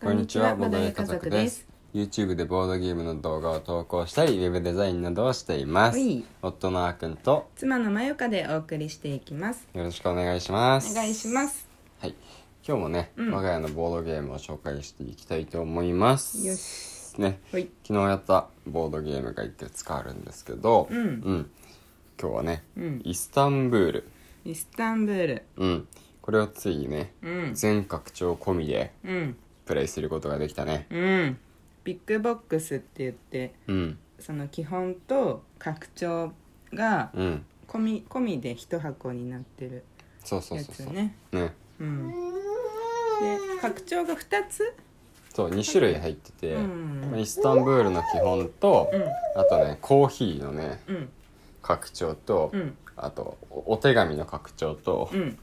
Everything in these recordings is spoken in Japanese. こんにちはボードゲー家族です。 YouTube でボードゲームの動画を投稿したり、ウェブデザインなどをしていますは。い夫のあーくんと妻のまよかでお送りしていきます。よろしくお願いします。お願いします。はい。今日もね、我が家のボードゲームを紹介していきたいと思います。よし。ね、はい。昨日やったボードゲームがいくつかあるんですけど、うん今日はね、うんイスタンブール。イスタンブール。うん。これをついにね、うん。全拡張込みでうん。プレイすることができたね。うん。ビッグボックスって言って、うん。その基本と拡張がうん。込み込みで一箱になってるそうそうやそうつそよう。ね。ね。うん。で拡張が二つ。そう2種類入ってて、うんイスタンブールの基本と、うあとねコーヒーのねうん。拡張と、うん。あとおお手紙の拡張とうん。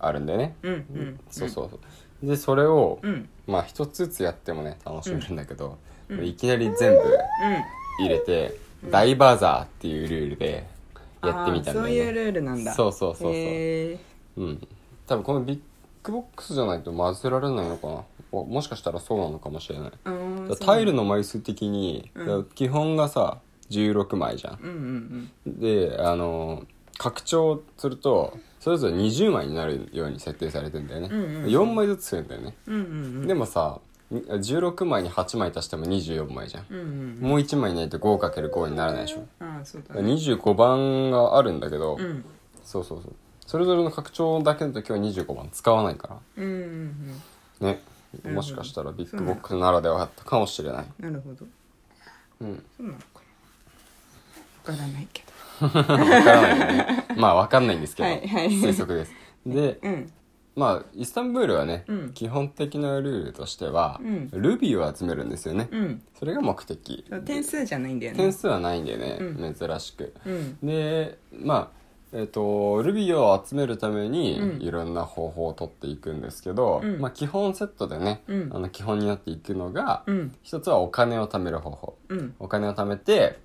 あるんでね、うん。うん。そうそうそうでそれを、うん。うん。まあ一つずつやってもね楽しめるんだけど、うんこれいきなり全部入れて、ダイバザーっていうルールでやってみたんあーそだよねういうルールなんだ。そうそうそうそうへーうん多分このビッグボックスじゃないと混ぜられないのかなおもしかしたらそうなのかもしれないあーだそかうらタイルの枚数的に、うんだから基本がさ16枚じゃんうんうんであの拡張するとそれぞれ20枚になるように設定されてんだよね、うんうんうん4枚ずつするんだよね、うんうんうんでもさ16枚に8枚足しても24枚じゃん、うんうんもう1枚ないと 5×5 にならないでしょああそうだね25番があるんだけど、うんそうそうそうそれぞれの拡張だけの時は25番使わないかうんうんうんらねもしかしたらビッグボックスならではだったかもしれない、なるほどうん、そうなのかなわからないけわからないよ ねまあわかんないんですけど、はいはい推測ですでどうんまあイスタンブールはね、うん基本的なルールとしては、うんルビーを集めるんですよね、うんそれが目的そう点数じゃないんだよね点数はないんでね、うん珍しくうんでまあえっとルビーを集めるために、うんいろんな方法を取っていくんですけど、うんまあ、基本セットでね、うんあの基本になっていくのが、うん一つはお金を貯める方法うんお金を貯めて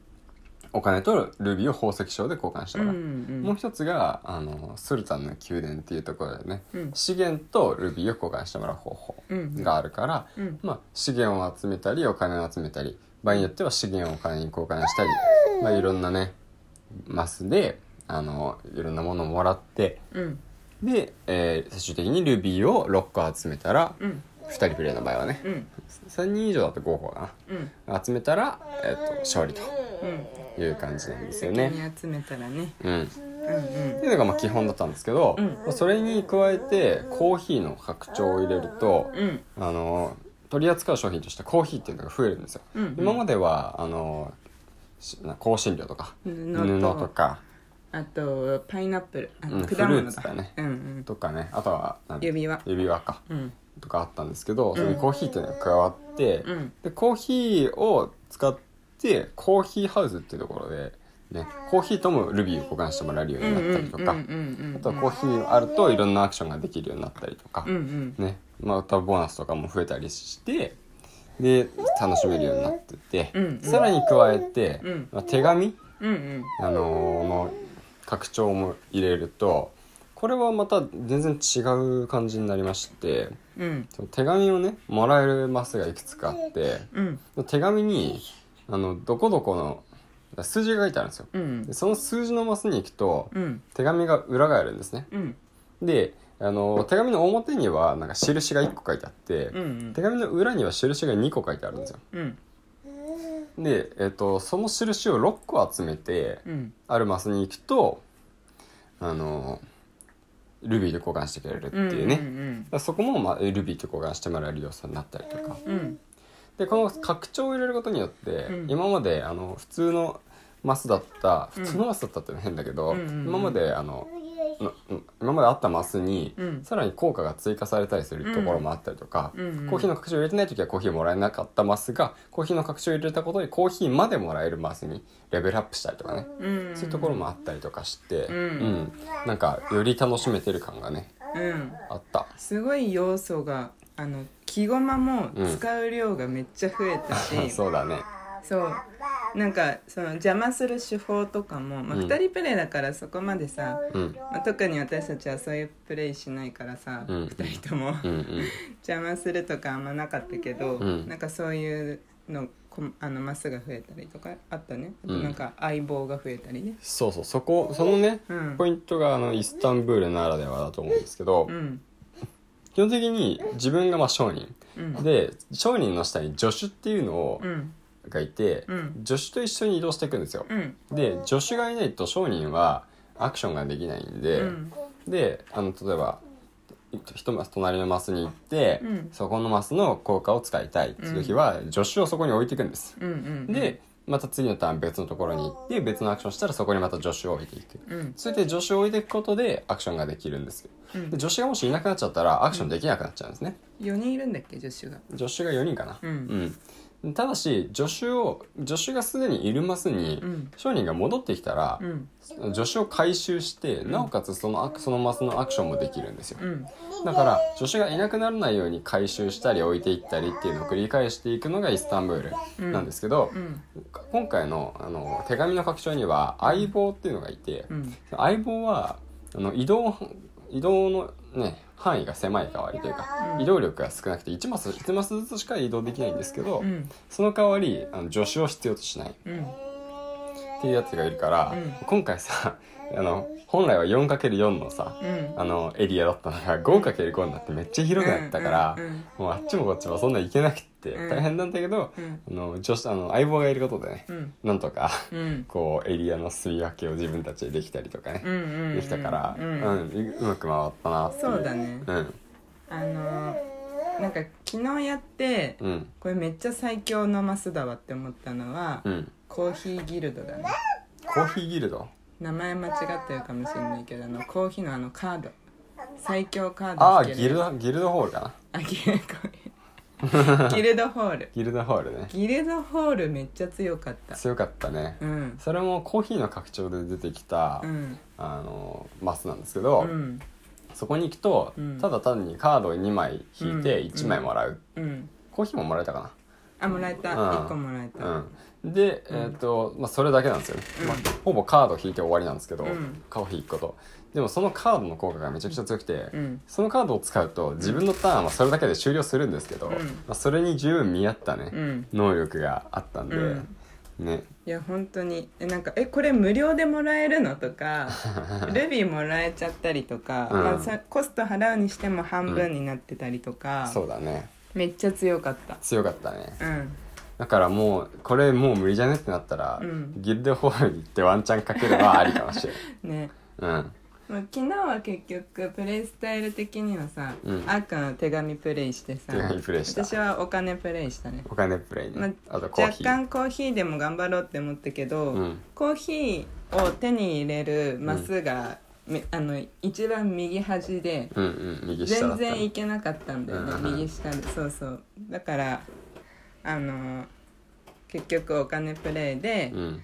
お金とルビーを宝石商で交換したうら、んうんもう一つがあのスルタンの宮殿っていうところでね、うん資源とルビーを交換してもらう方法うんがあるから、うんまあ、資源を集めたりお金を集めたり場合によっては資源をお金に交換したり、まあ、いろんなねマスであのいろんなものをもらってうんで、えー最終的にルビーを6個集めたら、うん2人プレイの場合はね、うん3人以上だと5個かうんな集めたら、えー、と勝利とうんいう感じなんですよね。に集めたらねうんうんうんっていうのがまあ基本だったんですけど、うそれに加えてコーヒーの拡張を入れると、うんあの取り扱う商品としてコーヒーっていうのが増えるんですよ、うんうん今まではあのしな香辛料とか布と布とかあとパイナップルあうん果フル物ーツだだねうんうんとかねあとはなんだ指輪指輪かうんとかあったんですけど、それにコーヒーっていうのが加わって、うんでコーヒーを使ってコーヒーハウスっていうところで、ね、コーヒーともルビーを交換してもらえるよううんにうなっんたりとか、うんうんうんあとはコーヒーあるといろんなアクションができるようになったりとか、うんうんねまあ、歌ボーナスとかも増えたりしてで楽しめるようになってて、うんさらに加えて、うんまあ、手紙、うんうんあのーの拡張も入れるとこれはまた全然違う感じになりましてうんその手紙をねもらえるマスがいくつかあってうん手紙にあのどこどこの数字が書いてあるんですよ。うんでその数字のマスに行くとうん手紙が裏返るんですね。うんであの手紙の表にはなんか印が1個書いてあって、うん手紙の裏には印が2個書いてあるんですようんで、えっとその印を6個集めて、うんアルマスに行くとあのルビーで交換してくれるっていううね、だかんらそこも、まあ、ルビーと交換してもらえる要素になったりとかうんうんでこの拡張を入れることによって、うん今まであの普通のマスだった普通のマスだったって変だけど、うんうんうん今まであのの今まであったマスに、うんさらに効果が追加されたりするところもあったりとか、うんうんコーヒーの拡張を入れてない時はコーヒーもらえなかったマスがコーヒーの拡張を入れたことでコーヒーまでもらえるマスにレベルアップしたりとかね、うんそういうところもあったりとかして、んうんなんかより楽しめてる感がねうんあった。すごい要素があ の木ごまも使う量がめっちゃ増えたし、そうだねそうなんかその邪魔する手法とかも、まあ、うん2人プレイだからそこまでさ、うんまあ、特に私たちはそういうプレイしないからさ、うん2人ともうんうん 邪魔するとかあんまなかったけど、うんなんかそういうのこあのまっすぐ増えたりとかあったねあとうんなんか相棒が増えたりねそうそうそこそのね、うんポイントがあのイスタンブールならではだと思うんですけど、うん基本的に自分がまあ商人、うんで商人の下に助手っていうのをうんがいて、うん助手と一緒に移動していくんですよ、うんで助手がいないと商人はアクションができないんで、うんであの例えば一マス隣のマスに行って、うんそこのマスの効果を使いたいっていう時は、助手をそこに置いていくんです、うんうんでまた次のターン別のところに行って別のアクションしたらそこにまた助手を置いていく、うんそれで助手を置いていくことでアクションができるんですようんで助手がもしいなくなっちゃったらアクションできなくなっちゃうんですね、 4人いるんだっけ女子が助手が4人かなうん、うんただし助手を助手がすでにいるマスにうん商人が戻ってきたらう、ん助手を回収してなおかつそのアクそのマスのアクションもできるんですよ、うんだから助手がいなくならないように回収したり置いていったりっていうのを繰り返していくのがイスタンブールなんですけど、うん今回のあの手紙の拡張には相棒っていうのがいて、うん相棒はあの移動移動のね範囲が狭い代わりというか、うん移動力が少なくて1マス1マスずつしか移動できないんですけど、うんその代わりあの助手を必要としないっうんていうやつがいるから、うん今回さあの本来は 4×4 のさ、うんあのエリアだったのが 5×5 になってめっちゃ広くなったから、うんうんうんもうあっちもこっちもそんな行けなくってうん大変なんだけど、うんあの助手あの相棒がいることでね、うんなんとかうんこうエリアのすみ分けを自分たちでできたりとかね、うんうんうんできたから、ううんんうまく回ったなっていそうだねうんあのなんか昨日やってうんこれめっちゃ最強のマスだわって思ったのはうんコーヒーギルドだねコーヒーギルド名前間違ってるかもしれないけどあのコーヒーのあのカード最強カードああ引けギるルドギルドホールかなあギルドギルドホールギルドホールねギルドホールめっちゃ強かった強かったね、うんそれもコーヒーの拡張で出てきた、うんあのマスなんですけど、うんそこに行くと、うんただ単にカードを2枚引いてうん1枚もらう、うんコーヒーももらえたかあもらえたうん1個もらえたなうんで、えっ、と、まあ、それだけなんですよね、まあ、ほぼカード引いて終わりなんですけど、うんコーヒー1個とでもそのカードの効果がめちゃくちゃ強くて、うんそのカードを使うと自分のターンはそれだけで終了するんですけど、んまあ、それに十分見合ったね、うん能力があったんで、うんねいや本当にえなんか「えこれ無料でもらえるの?」と か「ルビーもらえちゃったり」とか、うんまあさ、コスト払うにしても半分になってたりとか、そうだねめっちゃ強かった強かったねうんだからもうこれもう無理じゃねってなったら、うんギルドホールに行ってワンチャンかければありかも しれねないうんまあ昨日は結局プレイスタイル的にはさ、うんあっくんは手紙プレイしてさ手紙プレイした私はお金プレイしたね、お金プレイまね、あ、とコー若ヒー干コーヒーでも頑張ろうって思ったけど、うんコーヒーを手に入れるマスが、みあの一番右端でうんうん右下だ全ったね然いけなかったんだよね、うんうん右下でそうそうだからあの結局お金プレイで、うん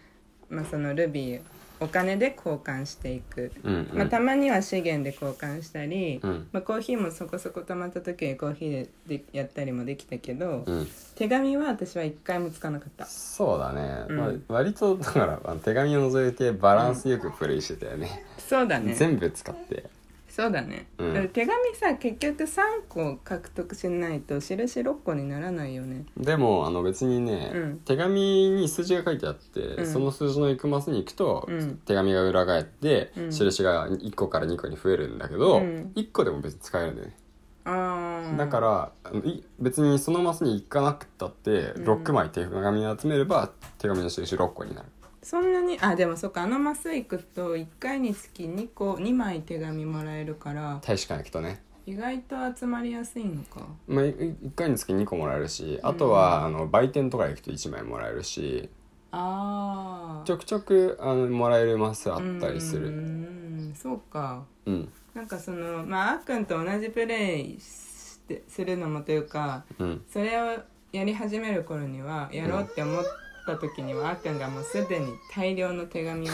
まあ、そのルビーお金で交換していく、うんうん、まあ、たまには資源で交換したり、うんまあ、コーヒーもそこそこ溜まった時にコーヒーででやったりもできたけど、うん手紙は私は一回もつかなかったそうだね、うんまあ、割とだからあの手紙を除いてバランスよくプレイしてたよね、そうだね全部使ってそうだね、うんだから手紙さ結局3個獲得しないと印6個にならないよねでもあの別にね、うん手紙に数字が書いてあって、んその数字の行くマスに行くと、うん手紙が裏返って、うん印が1個から2個に増えるんだけど、うん1個でも別に使えるんだよね、ああだからあのい別にそのマスに行かなくたってん6枚手紙を集めれば手紙の印6個になるそんなにあでもそっかあのマス行くと1回につき2個2枚手紙もらえるから大使館行くとね、意外と集まりやすいのかまあ、1回につき2個もらえるしあとは、あの売店とか行くと1枚もらえるしああちょくちょくあのもらえるマスあったりすうるんそうかうんなんかそのまああっくんと同じプレイしてするのもというかうんそれをやり始める頃にはやろうって思った時には、あっくんがもうすでに大量の手紙を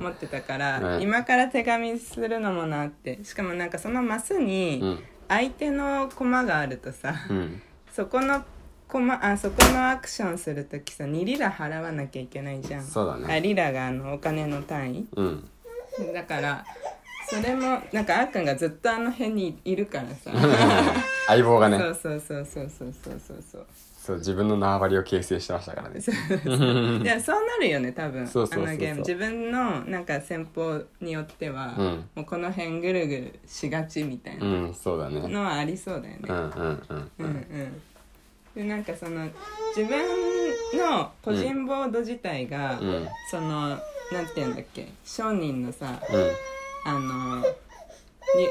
持ってたから、 はい今から手紙するのもなってしかもなんかそのマスうにん相手の駒があるとさ、うんそこのこまあそこのアクションするときさ2リラ払わなきゃいけないじゃんそうだねあリラがあのお金の単位うんだからそれもなんかあっくんがずっとあの辺にいるから さ相棒がねそうそうそうそうそうそうそうそうそう自分の縄張りを形成してましたからねいやそうなるよね多分そうそうそうあそうのゲーム自分のなんか戦法によっては、うんもうこの辺ぐるぐるしがちみたいなうんそうだねのはありそうだようね。んうんうんうんうんでなんかその自分の個人ボード自体が、うんうんそのなんて言うんだっけ商人のさあの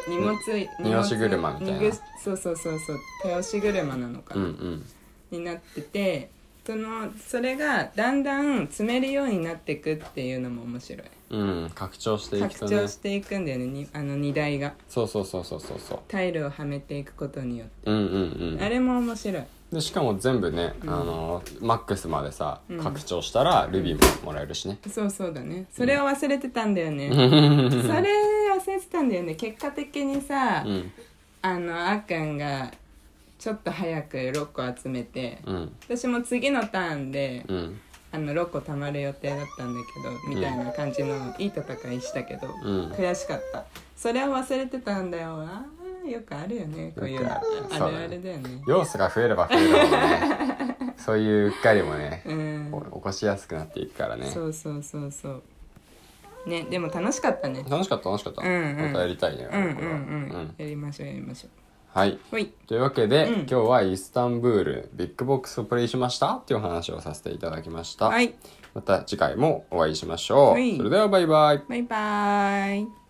に荷物荷荷押し車みたいな荷ぐそうそうそうそう手押し車なのかうな、んになっててそのそれがだんだん積めるようになっていくっていうのも面白いうんうん拡張していくと拡ね張していくんだよねにあの荷台がそうそうそうそうそうそうタイルをはめていくことによっうんうんてあれも面白いうんでしかも全部ね、あのマックスまでさ拡張したらルビーももらえるしね、そうそうだねそれを忘れてたんだよね、それ忘れてたんだよね結果的にさ、うんあのあっくんがちょっと早く6個集めて、うん私も次のターンで、うんあの6個貯まる予定だったんだけどみたいな感じのいい戦いしたけど、うん悔しかったそれを忘れてたんだよあーよくあるよねこういうよくああるあるあるだよね要素が増えれば増えるほどね そういううっかりもね、うんこう起こしやすくなっていくからねそうそうそうそうねでも楽しかったね楽しかった楽しかった、うんうんまたやりたいね、うんうんこれはうんやりましょうやりましょはいほいというわけで、うん今日はイスタンブールビッグボックスをプレイしましたっていうお話をさせていただきました、うはいまた次回もお会いしましょう、はいそれではバイバイバイバーイ